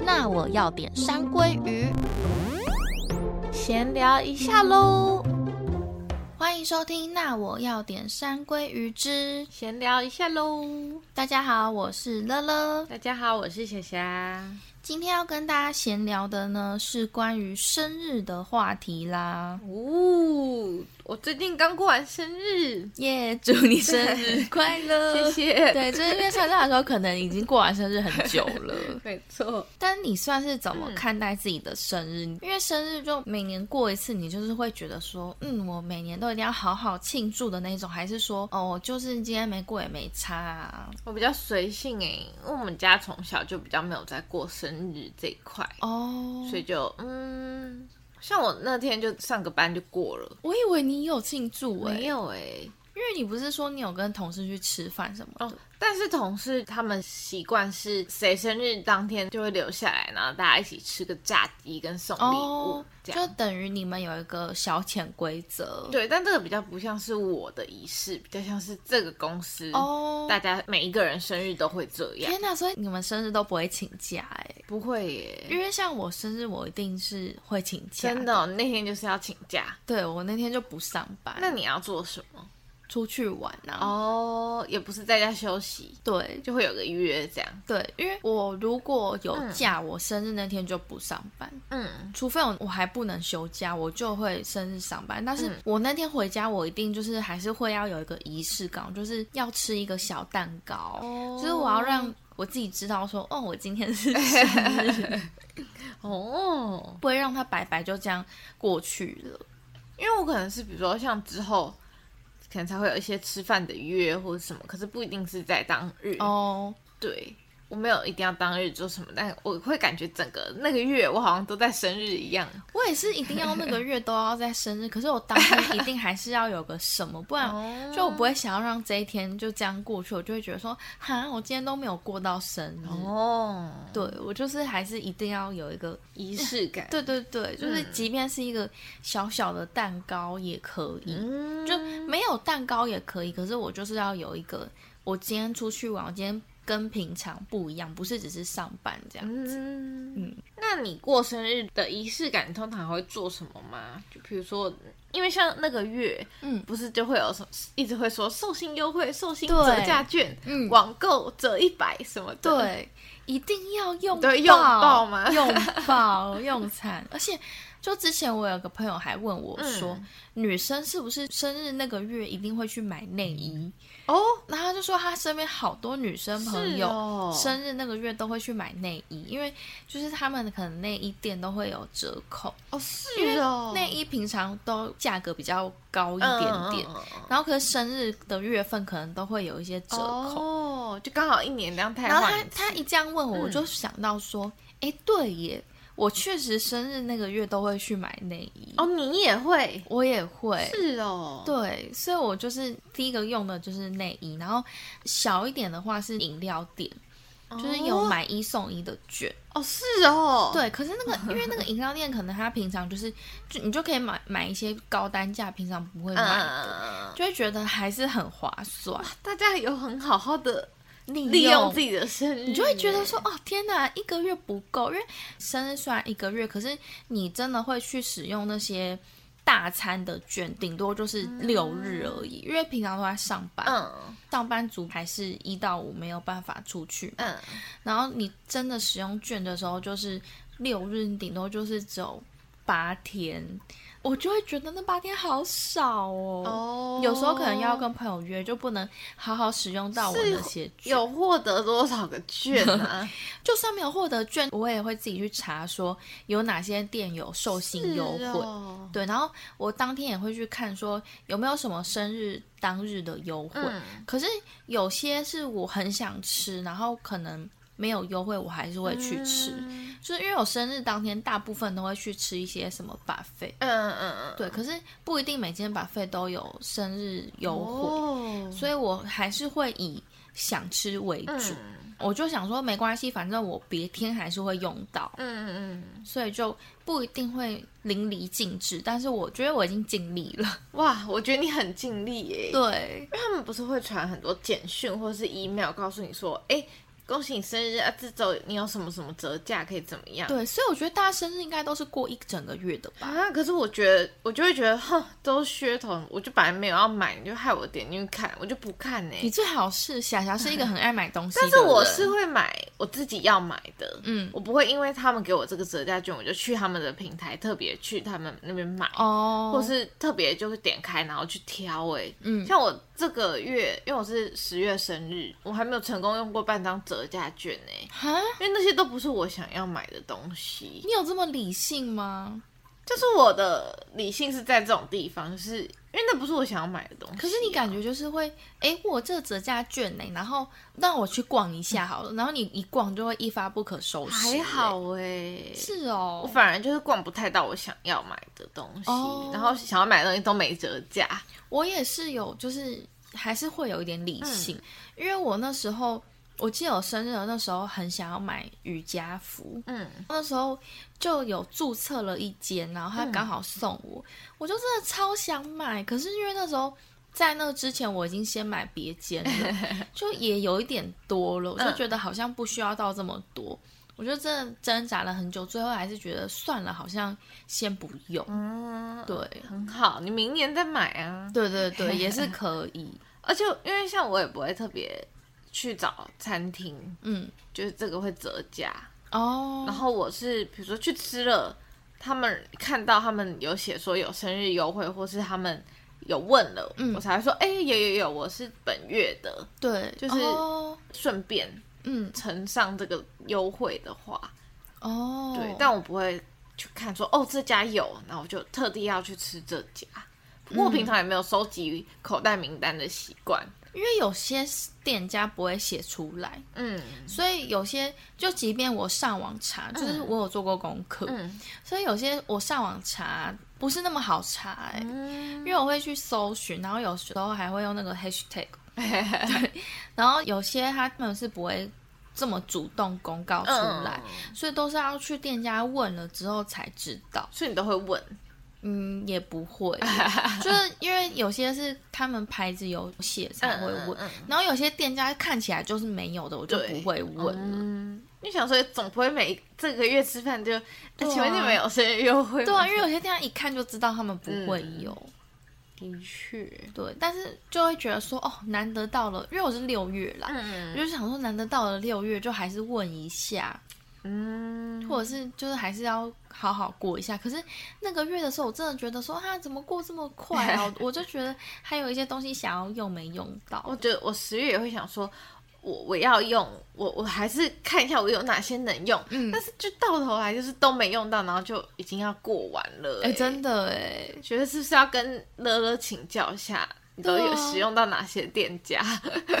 那我要点山鲑鱼。闲聊一下喽，欢迎收听《那我要点山鲑鱼之》。闲聊一下喽。大家好，我是乐乐。大家好，我是霞霞。今天要跟大家闲聊的呢，是关于生日的话题啦。哦，我最近刚过完生日，耶、祝你生日快乐！ 谢谢。对，就是因为上架的时候可能已经过完生日很久 了。没错，但你算是怎么看待自己的生日？因为生日就每年过一次，你就是会觉得说，嗯，我每年都一定要好好庆祝的那种，还是说，哦，就是今天没过也没差、啊？我比较随性哎、因为我们家从小就比较没有在过生日这一块，哦，所以就嗯，像我那天就上个班就过了，我以为你有庆祝哎、没有哎、因为你不是说你有跟同事去吃饭什么的？哦，但是同事他们习惯是谁生日当天就会留下来，然后大家一起吃个炸鸡跟送哦礼物、这就样。等于你们有一个小潜规则。对，但这个比较不像是我的仪式，比较像是这个公司哦，大家每一个人生日都会这样，天哪！所以你们生日都不会请假哎、不会耶，因为像我生日，我一定是会请假。真的哦、那天就是要请假。对我那天就不上班，那你要做什哦么？出去玩啊。哦，也不是在家休息，对就会有个约这样。对，因为我如果有假，我生日那天就不上班，嗯，除非我我还不能休假，我就会生日上班。但是嗯我那天回家，我一定就是还是会要有一个仪式感，就是要吃一个小蛋糕，哦就是我要让我自己知道说，哦，我今天是生 日，哦，不会让它白白就这样过去了。因为我可能是比如说像之后，可能才会有一些吃饭的约或者什么，可是不一定是在当日。，哦，对，我没有一定要当日做什么，但我会感觉整个那个月我好像都在生日一样。我也是一定要那个月都要在生日，可是我当天一定还是要有个什么，不然哦就我不会想要让这一天就这样过去，我就会觉得说，哈，我今天都没有过到生日。哦，对我就是还是一定要有一个，仪式感。对对对，就是嗯即便是一个小小的蛋糕也可以，嗯，就没有蛋糕也可以，可是我就是要有一个，我今天出去玩，我今天跟平常不一样，不是只是上班这样。嗯，那你过生日的仪式感通常会做什么吗？就比如说，因为像那个月，嗯不是就会有什么一直会说寿星优惠、寿星对折价券、嗯网购折一百什么的。，对，一定要用对拥抱吗拥抱用餐，而且。就之前我有个朋友还问我说，嗯女生是不是生日那个月一定会去买内衣？哦，然后他就说他身边好多女生朋是友、哦生日那个月都会去买内衣，因为就是他们可能内衣店都会有折扣，哦是哦，内衣平常都价格比较高一嗯点点，嗯嗯嗯嗯然后可是生日的月份可能都会有一些折扣。哦，就刚好一年两台然后换他一次。他一这样问我，嗯我就想到说，哎、对耶，我确实生日那个月都会去买内衣，哦，你也会我也会。是哦，，对，所以我就是第一个用的就是内衣，然后小一点的话是饮料店，就是有买一送一的券。哦是哦，，对，可是那个因为那个饮料店可能它平常就是就你就可以买买一些高单价平常不会买的，嗯，就会觉得还是很划算。大家有很好好的利利用自己的生日，你就会觉得说，哦，天哪，一个月不够，因为生日虽然一个月，可是你真的会去使用那些大餐的券，顶多就是六日而已，因为平常都在上班，嗯上班族还是一到五没有办法出去，嗯。然后你真的使用券的时候，就是六日，你顶多就是只有八天，我就会觉得那八天好少哦。哦有时候可能要跟朋友约，就不能好好使用到我是那些券。有获得多少个券 啊？就算没有获得券，我也会自己去查说有哪些店有寿星优是惠。哦对，然后我当天也会去看说有没有什么生日当日的优惠。嗯可是有些是我很想吃，然后可能没有优惠，我还是会去吃。嗯就是因为我生日当天，大部分都会去吃一些什么 buffet。嗯嗯，对，可是不一定每间 buffet 都有生日优惠，哦，所以我还是会以想吃为主。嗯我就想说没关系，反正我别天还是会用到，嗯嗯，所以就不一定会淋漓尽致，但是我觉得我已经尽力 了。哇，我觉得你很尽力耶。对，因为他们不是会传很多简讯或是 email 告诉你说，哎，恭喜你生日啊，这周你有什么什么折价可以怎么样？对，所以我觉得大家生日应该都是过一整个月的吧。啊，可是我觉得我就会觉得，哼，都是噱头，我就本来没有要买，你就害我点进去看，我就不看欸呢、你最好是霞霞是一个很爱买东西的但人，是我是会买我自己要买的，嗯我不会因为他们给我这个折价券，我就去他们的平台特别去他们那边买，哦，或是特别就会点开然后去挑、欸。嗯像我这个月，因为我是十月生日，我还没有成功用过半张折价券呢、哈，因为那些都不是我想要买的东西。你有这么理性吗？就是我的理性是在这种地方，就是因为那不是我想要买的东西。可是你感觉就是会，哎、我这折价券呢、然后让我去逛一下好了，然后你一逛就会一发不可收拾、还哎，好哎、是我哦，反而就是逛不太到我想要买的东西，哦然后想要买的东西都没折价。我也是有，就是还是会有一点理性，嗯因为我那时候我记得我生日的那时候很想要买瑜伽服，嗯，那时候就有注册了一间，然后嗯他刚好送我，我就真的超想买，可是因为那时候。在那之前，我已经先买别间 了，就也有一点多了，我就嗯觉得好像不需要到这么多，我就真的挣扎了很久，最后还是觉得算了，好像先不用。嗯，对，很好，你明年再买啊。对对对，也是可以。而且因为像我也不会特别去找餐厅，嗯，就是这个会折价。哦，然后我是比如说去吃了，他们看到他们有写说有生日优惠，或是他们有问了，嗯我才会说，哎、有有有，我是本月的，对，就是哦，顺便嗯，乘上这个优惠的话，哦，对，但我不会去看说哦这家有，然后我就特地要去吃这家。嗯不过我平常也没有收集口袋名单的习惯，因为有些店家不会写出来，嗯所以有些就即便我上网查，就是我有做过功课，嗯所以有些我上网查不是那么好查、欸，因嗯，为我会去搜寻，然后有时候还会用那个 hashtag，然后有些他们是不会这么主动公告出来，所以都是要去店家问了之后才知道。 所以你都会问，嗯，也不会， 就是因为有些是他们牌子有写才会问，嗯嗯然后有些店家看起来就是没有的，我就不对会问了。嗯，你想说总不会每这个月吃饭就，哎啊请问你们有生日优惠吗？对啊，因为有些店家一看就知道他们不会嗯有，的确，对，但是就会觉得说哦，难得到了，因为我是六月啦，我嗯就想说难得到了六月，就还是问一下，嗯，或者是就是还是要好好过一下。可是那个月的时候，我真的觉得说啊，怎么过这么快 啊？我就觉得还有一些东西想要用没用到，我觉得我十月也会想说，我我要用，我我还是看一下我有哪些能用，嗯但是就到头来就是都没用到，然后就已经要过完了、哎、欸真的哎、觉得是不是要跟乐乐请教一下，你都对有啊使用到哪些店家？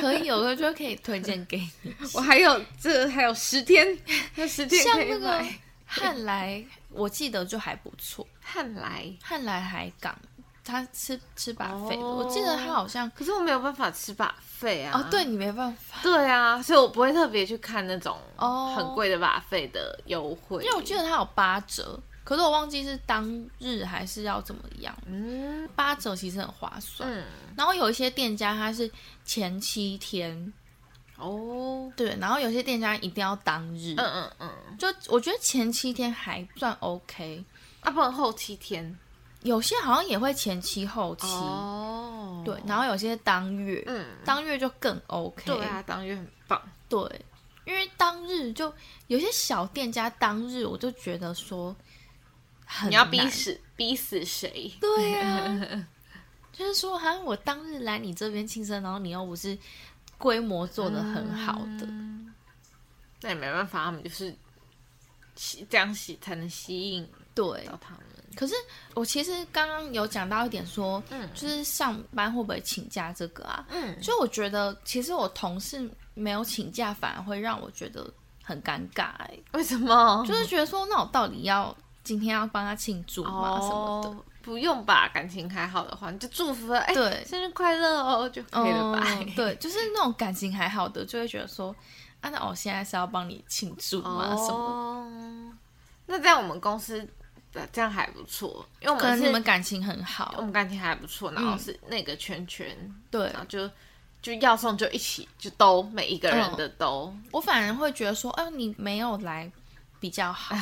可以，有的就可以推荐给你，我还有这还有十天，那 十天像可以那个买。汉来，我记得就还不错，汉来，汉来海港，他吃吃把费的，哦我记得他好像可是我没有办法吃把费啊。哦，对你没办法，对啊，所以我不会特别去看那种哦很贵的把费的优惠，因为我记得他有八折，可是我忘记是当日还是要怎么样，嗯八折其实很划算。嗯然后有一些店家他是前七天，哦对，然后有些店家一定要当日，嗯嗯嗯，就我觉得前七天还算 OK，啊不然后七天有些好像也会前七后七。哦，对，然后有些当月，嗯当月就更 OK。对啊，当月很棒，对因为当日就有些小店家当日，我就觉得说很你要逼难死逼死谁？对 啊，就是说哈，我当日来你这边庆生，然后你又不是规模做的很好的，嗯那也没办法，他们就是吸这样吸才能吸引对到。他们。可是我其实刚刚有讲到一点说，嗯就是上班会不会请假这个啊？嗯，就我觉得，其实我同事没有请假，反而会让我觉得很尴尬、欸。为什么？就是觉得说，那我到底要今天要帮他庆祝吗？什么的。哦，不用吧，感情还好的话，你就祝福了，哎、对生日快乐哦，就可以了吧？ 嗯，对，就是那种感情还好的，就会觉得说，啊，那我现在是要帮你庆祝吗？什么哦，那在我们公司。呃这样还不错，因为我的？可能们是嗯你们感情很我好，们感情还不错，然后嗯是那个圈圈，对然后就就要送就一起就都每一个人嗯的都。我反而会觉得说，哎、你没有来比较好，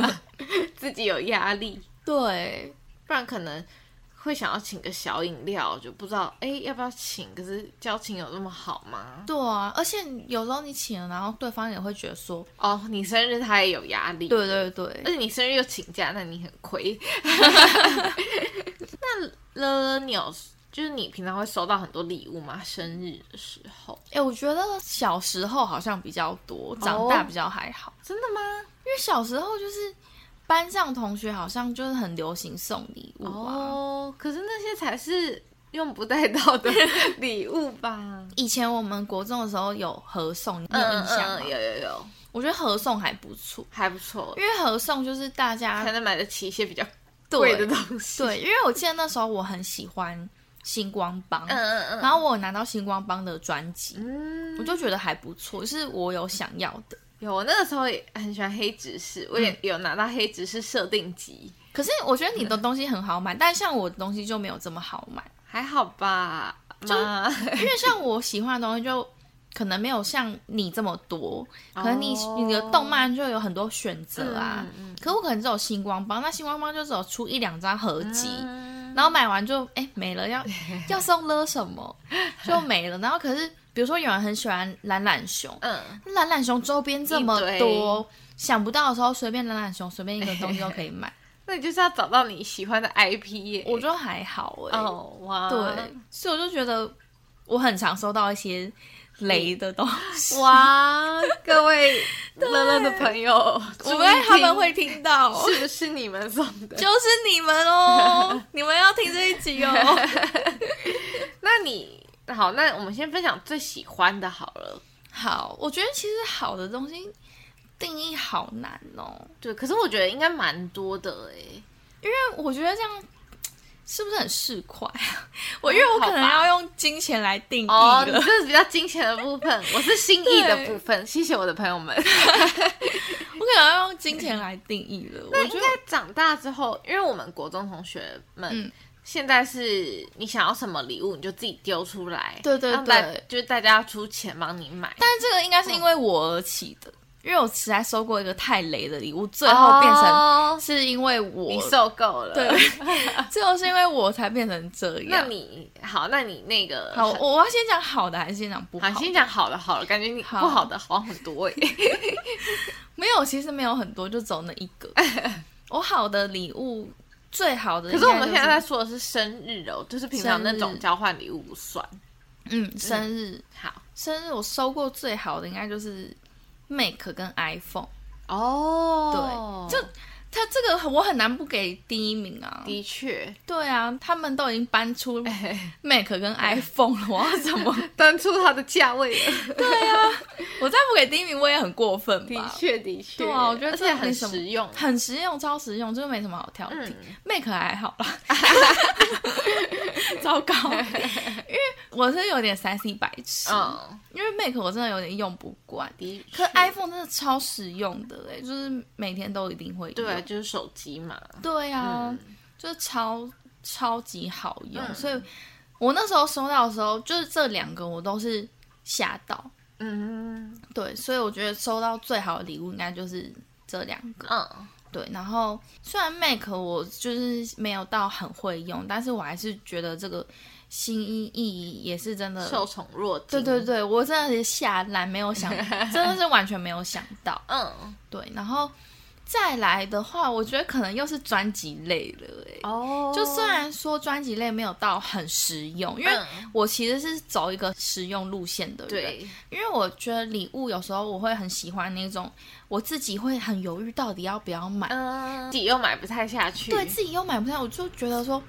自己有压力，对，不然可能会想要请个小饮料，就不知道哎要不要请。可是交情有那么好吗？对啊，而且有时候你请了，然后对方也会觉得说，哦，你生日他也有压力，对对对而，且你生日又请假，那你很 亏。那乐乐，你有就是你平常会收到很多礼物吗？生日的时候，哎、我觉得小时候好像比较多，长哦大比较还好，真的吗？因为小时候就是班上同学好像就是很流行送礼物啊。哦，可是那些才是用不带到的礼物吧？以前我们国中的时候有合送， 你有嗯印象吗？嗯，有有有，我觉得合送还不错，还不错，因为合送就是大家才能买得起一些比较贵对的东西。对，因为我记得那时候我很喜欢星光帮，嗯嗯嗯，然后我有拿到星光帮的专辑，嗯，我就觉得还不错，是我有想要的。有，我那个时候也很喜欢黑执事，我也有拿到黑执事设定集，可是我觉得你的东西很好买，但像我的东西就没有这么好买，还好吧？妈，因为像我喜欢的东西就可能没有像你这么多，可能你、你的动漫就有很多选择啊，哦嗯可我可能只有星光帮，那星光帮就只有出一两张合集，嗯然后买完就哎、没了，要要送了什么就没了。然后可是比如说有人很喜欢懒懒熊， 嗯，懒懒熊周边这么一堆多，想不到的时候随便懒懒熊随便一个东西都可以 买，那你就是要找到你喜欢的 IP 耶。我觉得还好哎、哦哇，对，所以我就觉得我很常收到一些雷的东西， 哇，各位乐乐的朋友，我注不意会他们听会听到哦，是不是你们送 的？ 就是你们哦， 你们要听这一集哦。那你好，那我们先分享最喜欢的好了。好，我觉得其实好的东西定义好难哦。对，可是我觉得应该蛮多的哎。我觉得这样是不是很市侩 啊？我因为我可能要用金钱来定义哦 哦，你了。这是比较金钱的部分，我是心意的部分。谢谢我的朋友们。我可能要用金钱来定义了。那我 觉应得该长大之后，因为我们国中同学们。嗯现在是你想要什么礼物，你就自己丢出来。对对让大对就是大家要出钱帮你买。但这个应该是因为我而起的，因为我实在收过一个太雷的礼物，最后变成哦是因为我，你受够了。对， 最后是因为我才变成这样。那你好，那你那个好，我我要先讲好的还是先讲不好好，的？先讲好了好了，感觉你好不好的好像很 多哎。没有，其实没有很多，就走那一 个。我好的礼物，最好的可应该是就我是，们现在在说的是生日哦，就是平常那种交换礼物不算。嗯，生日，好生日我收过最好的应该就是 Mac 跟 iPhone，哦，对就它这个我很难不给第一名啊。的确对啊，他们都已经搬出哎 Mac 跟 iPhone 了，我要怎 么？端出它的价位了，我再不给第一名，我也很过分的吧？确的确，对啊我觉得而这且很没什么实 用。很实用，超实用，这个没什么好挑剔。嗯， Mac 还好啦，糟糕，因为我是有点三 C 白痴， 嗯，因为 Mac 我真的有点用不惯。 的确。可 iPhone 真的超实用的哎、就是每天都一定会用。对，就是手机嘛。对啊，嗯就是超超级好用，嗯所以我那时候收到的时候，就是这两个我都是吓到。嗯对，所以我觉得收到最好的礼物应该就是这两个。嗯，对，然后虽然 Mac 我就是没有到很会用，但是我还是觉得这个心意意义也是真的。受宠若对惊。对，对，我真的是吓烂，没有 想，真的是完全没有想到。嗯对，然后再来的话，我觉得可能又是专辑类了、欸，哦，就虽然说专辑类没有到很实用，因为嗯我其实是走一个实用路线的人，对，因为我觉得礼物有时候我会很喜欢那种我自己会很犹豫到底要不要买，嗯，自己又买不太下去。对自己又买不下，我就觉得说。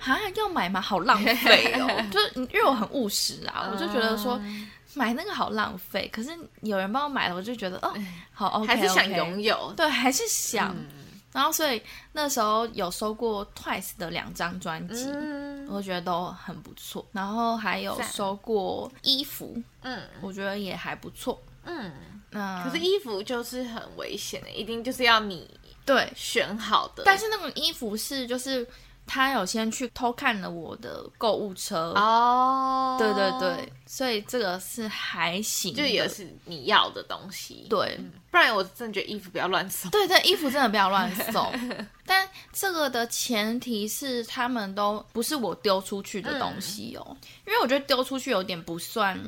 啊，要买吗？好浪费 哦！就是因为我很务实啊，我就觉得说嗯买那个好浪费。可是有人帮我买了，我就觉得哦，好 OK，哎还是想 OK 拥有。对，还是想。嗯然后所以那时候有收过 Twice 的两张专辑，嗯我觉得都很不错。然后还有赞收过衣服，嗯我觉得也还不错。嗯，那可是衣服就是很危险的，一定就是要你对，选好的。但是那种衣服是就是他有先去偷看了我的购物车，哦，对对对，，所以这个是还行的，就也是你要的东西。，对。不然我真的觉得衣服不要乱送。对，这衣服真的不要乱送。 但这个的前提是他们都不是我丢出去的东西哦，嗯因为我觉得丢出去有点不算，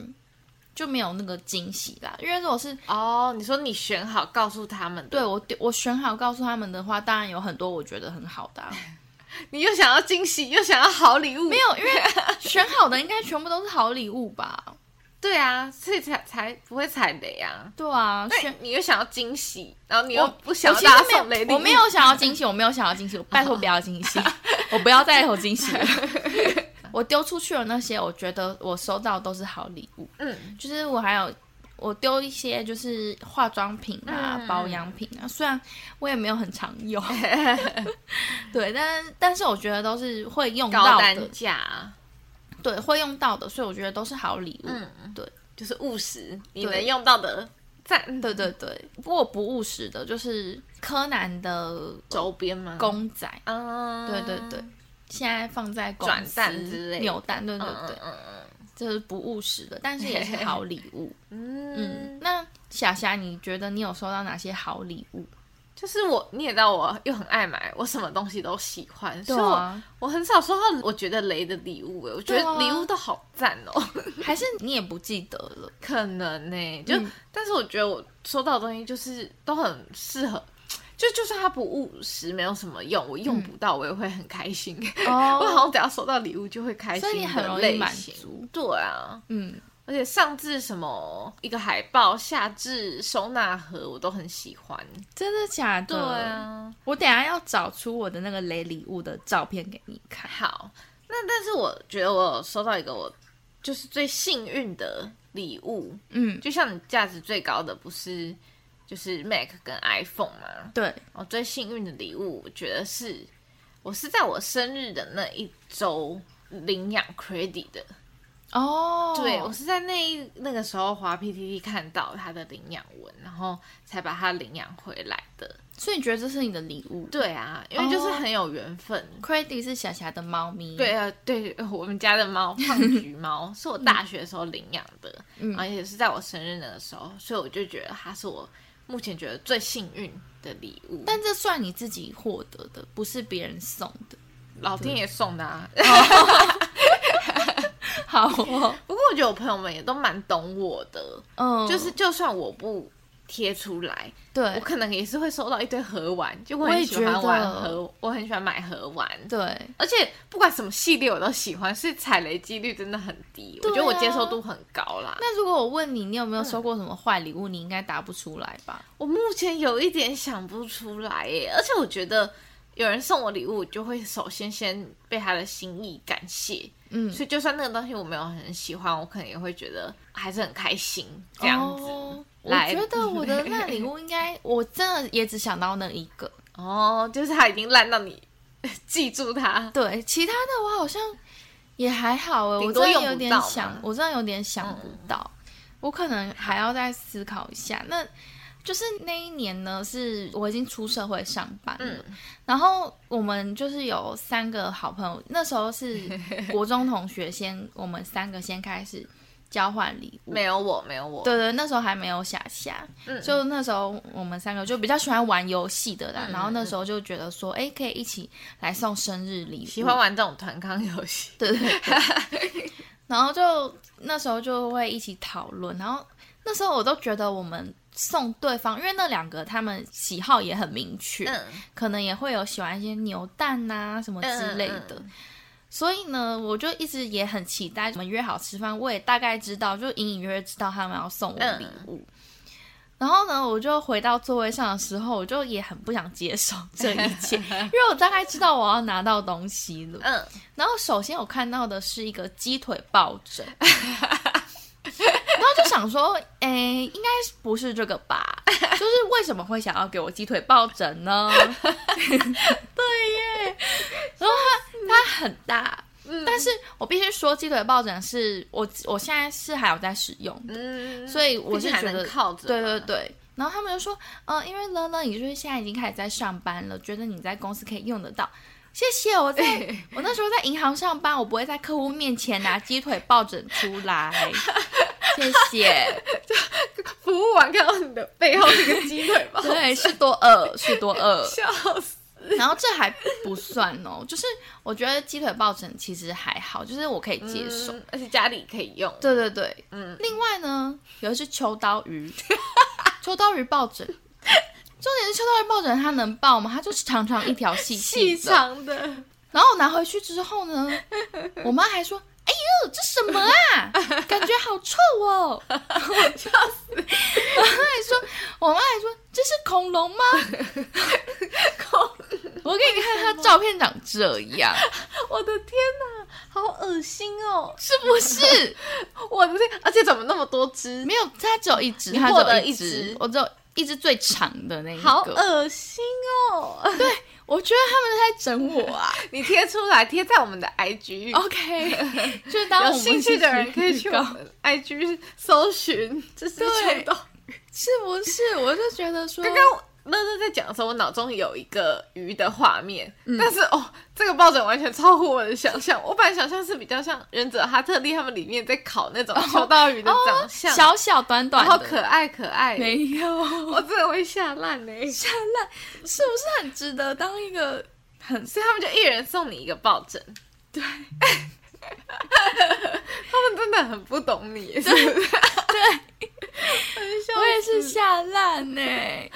就没有那个惊喜啦。因为如果是哦，你说你选好告诉他们的，对我丢我选好告诉他们的话，当然有很多我觉得很好 的啊、你又想要惊喜，又想要好礼物，没没有，因为选好的应该全部都是好礼物吧？对啊，所以才才不会踩雷啊。对啊，对选。，你又想要惊喜，然后你又我不想我要其实大家没有送雷礼物我没有想要惊喜，我没有想要惊喜，我拜托不要 惊喜，我不要再有惊喜了。我丢出去的那些，我觉得我收到都是好礼物，嗯，就是我还有我丢一些就是化妆品啊、嗯保养品啊，虽然我也没有很常 用，对，但但是我觉得都是会用高到单的，价，对，会用到的，所以我觉得都是好礼物。嗯，对，就是务实，你对能用到的赞对对对，不过我不务实的，就是柯南的周边吗？公仔，嗯，对对对，现在放在公司转蛋之类的扭蛋，对对嗯，对嗯，嗯这是不务实的，但是也是好礼物。嗯 嗯，嗯，那霞霞，你觉得你有收到哪些好礼物？就是我，你也知道，我又很爱买，我什么东西都喜欢，所以我啊，我很少收到我觉得雷的礼物，哎，我觉对啊得礼物都好赞哦，还是你也不记得了？可能呢，就嗯但是我觉得我收到的东西就是都很适合。就就算它不务实，没有什么用，我用不到，我也会很开心。 我好哦，像只要收到礼物就会开心，所以你很容易满。足。对啊，嗯，而且上至什么一个海报，下至收纳盒，我都很喜欢。真的假的？对，啊，我等一下要找出我的那个雷礼物的照片给你看。好，那但是我觉得我有收到一个我就是最幸运的礼物，嗯，就像你价值最高的不是就是 Mac 跟 iPhone 吗？对，我哦最幸运的礼物，我觉得是我是在我生日的那一周领养 credit 的。哦，对，我是在那一那个时候滑 PTT 看到他的领养文，然后才把他领养回来的。所以你觉得这是你的礼物？对啊，因为哦就是很有缘分。 ，Credit 是霞霞的猫咪。对，啊，对我们家的猫胖橘猫是我大学的时候领养的，嗯然后也是在我生日那个时候，所以我就觉得它是我目前觉得最幸运的礼物。但这算你自己获得的，不是别人送的。老天爷送的啊！好哦，不过我觉得我朋友们也都蛮懂我的， 嗯，就是就算我不贴出来，我对可能也是会收到一堆盒玩，就我我也很喜觉欢得玩盒，我很喜欢买盒玩，对，而且不管什么系列我都喜欢，所以踩雷几率真的很低。我对啊觉得我接受度很高啦。那如果我问你，你有没有收过什么坏礼物？你应该答不出来吧？我目前有一点想不出来耶，而且我觉得有人送我礼物，我就会首先先被他的心意感谢，嗯，所以就算那个东西我没有很喜欢，我可能也会觉得还是很开心这样子。哦我来觉得我的烂礼物应该，我真的也只想到那一个。哦就是他已经烂到你记住他，对，其他的我好像也还好哎，我顶多真的用有不点到想嘛，嗯我真的有点想不到，我可能还要再思考一下。那就是那一年呢，是我已经出社会上班了，嗯然后我们就是有三个好朋友，那时候 是国中同学先，我们三个先开始交换礼物。没有我，没有我，对对，那时候还没有霞霞，嗯就那时候我们三个就比较喜欢玩游戏的啦。嗯然后那时候就觉得说，哎，可以一起来送生日礼物，喜欢玩这种团康游戏。对对对 然后就那时候就会一起讨论，然后那时候我都觉得我们送对方，因为那两个他们喜好也很明确，嗯，可能也会有喜欢一些扭蛋呐、什么之类的。所以呢，我就一直也很期待我们约好吃饭，我也大概知道，就隐隐约约知道他们要送我礼物。然后呢，我就回到座位上的时候，我就也很不想接受这一 切，因为我大概知道我要拿到东西了。嗯，然后首先我看到的是一个鸡腿抱枕， 然后就想说，诶、应该不是这个吧？就是为什么会想要给我鸡腿抱枕呢？ 对耶，然后它它很大。嗯但是我必须说，鸡腿抱枕是我我现在是还有在使用的，嗯，所以我毕是竟还觉能得靠着嘛，对对对。然后他呃们就说，嗯、因为乐乐，你就是现在已经开始在上班了，觉得你在公司可以用得到。谢谢我在我那时候在银行上班，我不会在客户面前拿鸡腿抱枕出来。谢谢，服务完看到你的背后那 个鸡腿包，对，是多饿，是多饿。笑死！然后这还不算哦，就是我觉得鸡腿抱枕其实还好，就是我可以接受。嗯而且家里可以用，对对对，嗯，另外呢，有一只秋刀鱼， 秋刀鱼抱枕。重点是秋刀鱼抱枕它能抱吗？它就是长长一条细细细的。长的，然后我拿回去之后呢，我妈还说：“哎呦，这什么啊？感觉好臭 哦！”我笑死。我妈还说，我妈还说这是恐 龙吗？我给你看它照片长这样，我的天哪，好恶心哦！是不是？我的天，而且怎么那么多只？没有，它只有一只，你它获只得有一一只只，我只有一只最长的那一个。好恶心哦！ 我觉得他们在整我 啊。你贴出来，贴在我们的 IG。OK，就是当我有们兴趣的人可以去去搞我们 IG 搜寻，这是对秋刀。是不是？我就觉得说，刚刚乐乐在讲的时候，我脑中有一个鱼的画面，但是哦，这个抱枕完全超乎我的想象。我本来想象是比较像《忍者哈特利》他们里面在烤那种秋刀鱼的长相，哦小小短短然的，后可爱可爱，没有，我真的会吓烂呢、欸。是不是很值得当一个很所以他们就一人送你一个抱枕。对， 他们真的很不懂你，是不是？对， 我也是下烂呢、哎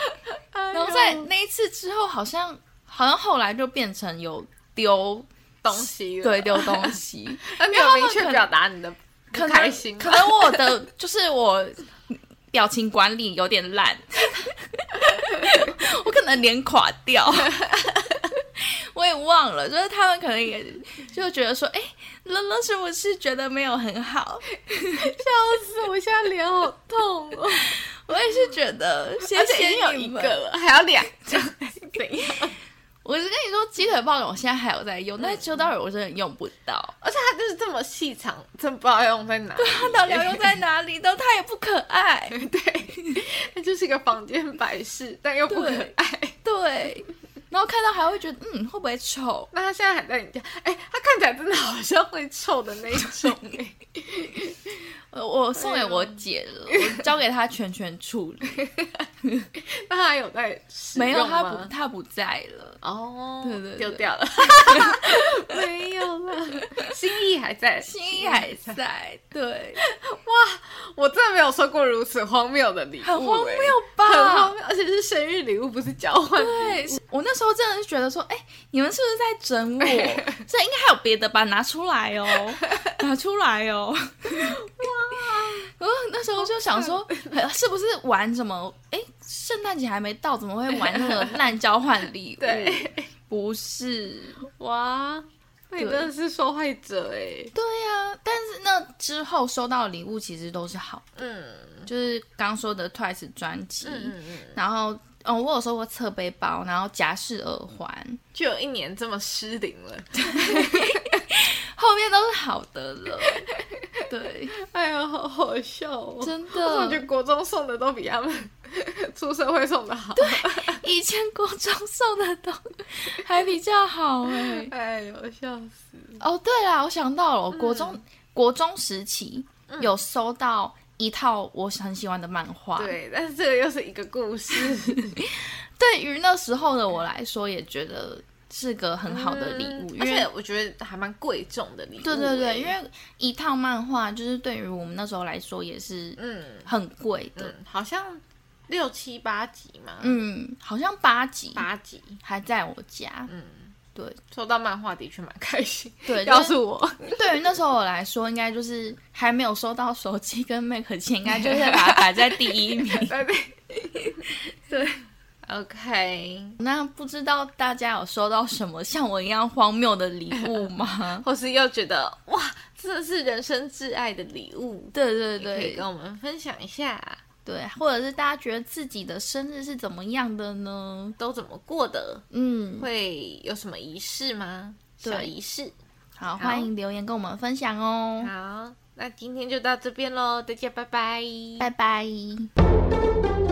呦，然后在那一次之后，好像好像后来就变成有丢东西了对，丢东西，那你有明确表达你的可不能开心吗可能我的 就是我表情管理有点烂， 我可能脸垮掉。 我也忘了，就是他们可能也就觉得说，哎、乐乐是不是觉得没有很好？笑死，我现在脸好痛 哦！我也是觉得，谢而且已经谢有你一们个。了，还有两个，怎样？ 我是跟你说，鸡腿抱枕我现在还有在用，嗯但是秋刀鱼我真的用不 到。而且它就是这么细长，真不知道要用在哪里。它到底要用在哪里都，它也不可爱。它就是一个房间摆饰，但又不可对爱。 对，然后看到还会觉得，嗯，会不会丑？ 那它现在还在你家？哎、它看起来真的好像会臭的那一 种、哎，呃我送给我姐了，我交给她全权处 理。那它还有在使没有，用吗她不，她不在了。哦，对对对丢掉 了，没有了，心意还在，心意还在，对，我真的没有收过如此荒谬的礼物、很荒哎谬很荒吧？谬，而且是生日礼物，不是交换礼物。对，我那时候真的是觉得说，哎、你们是不是在整 我？这应该还有别的吧？拿出来 哦，拿出来哦！哇！我那时候就想说，哎是不是玩什么？哎、圣诞节还没到，怎么会玩那 个烂交换礼物？对，不是， 哇，那你对真的是受害者哎。对呀、但是那之后收到的礼物其实都是好的，嗯就是刚说的 Twice 专辑，嗯，然后哦，我有收过侧背包，然后夹式耳环，就有一年这么失灵了。后面都是好的 了。对， 哎呀，好好笑哦！真我怎么觉的得，国中送的都比他们 出社会送的好。以前国中送的都还比较好哎、哎呦，笑死！哦，对啦，我想到了，嗯我国中、国中时期有收到一套我很喜欢的漫画，对，但是这个又是一个故 事，对于那时候的我来说，也觉得是个很好的礼物，嗯因而且为我觉得还蛮贵重的礼物。对对哎对，因为一套漫画就是对于我们那时候来说也是嗯很贵的，嗯，好像六七八集嘛，嗯好像八集八嗯集。还在我家，收到漫画的确蛮开心。对，要就是是我， 对于那时候我来说，应该就是还没有收到手机跟 Mac 前， 应该就是把它摆在第一名。拜拜。对，OK，？那不知道大家有收到什么像我一样荒谬的礼物吗 或是又觉得哇，真的是人生挚爱的礼物，对对也可以对跟我们分享一下，对，或者是大家觉得自己的生日是怎么样的呢？都怎么过的，嗯，会有什么仪式吗？对小仪式。好，好欢迎留言跟我们分享哦，好，那今天就到这边喽，大家拜拜。拜拜。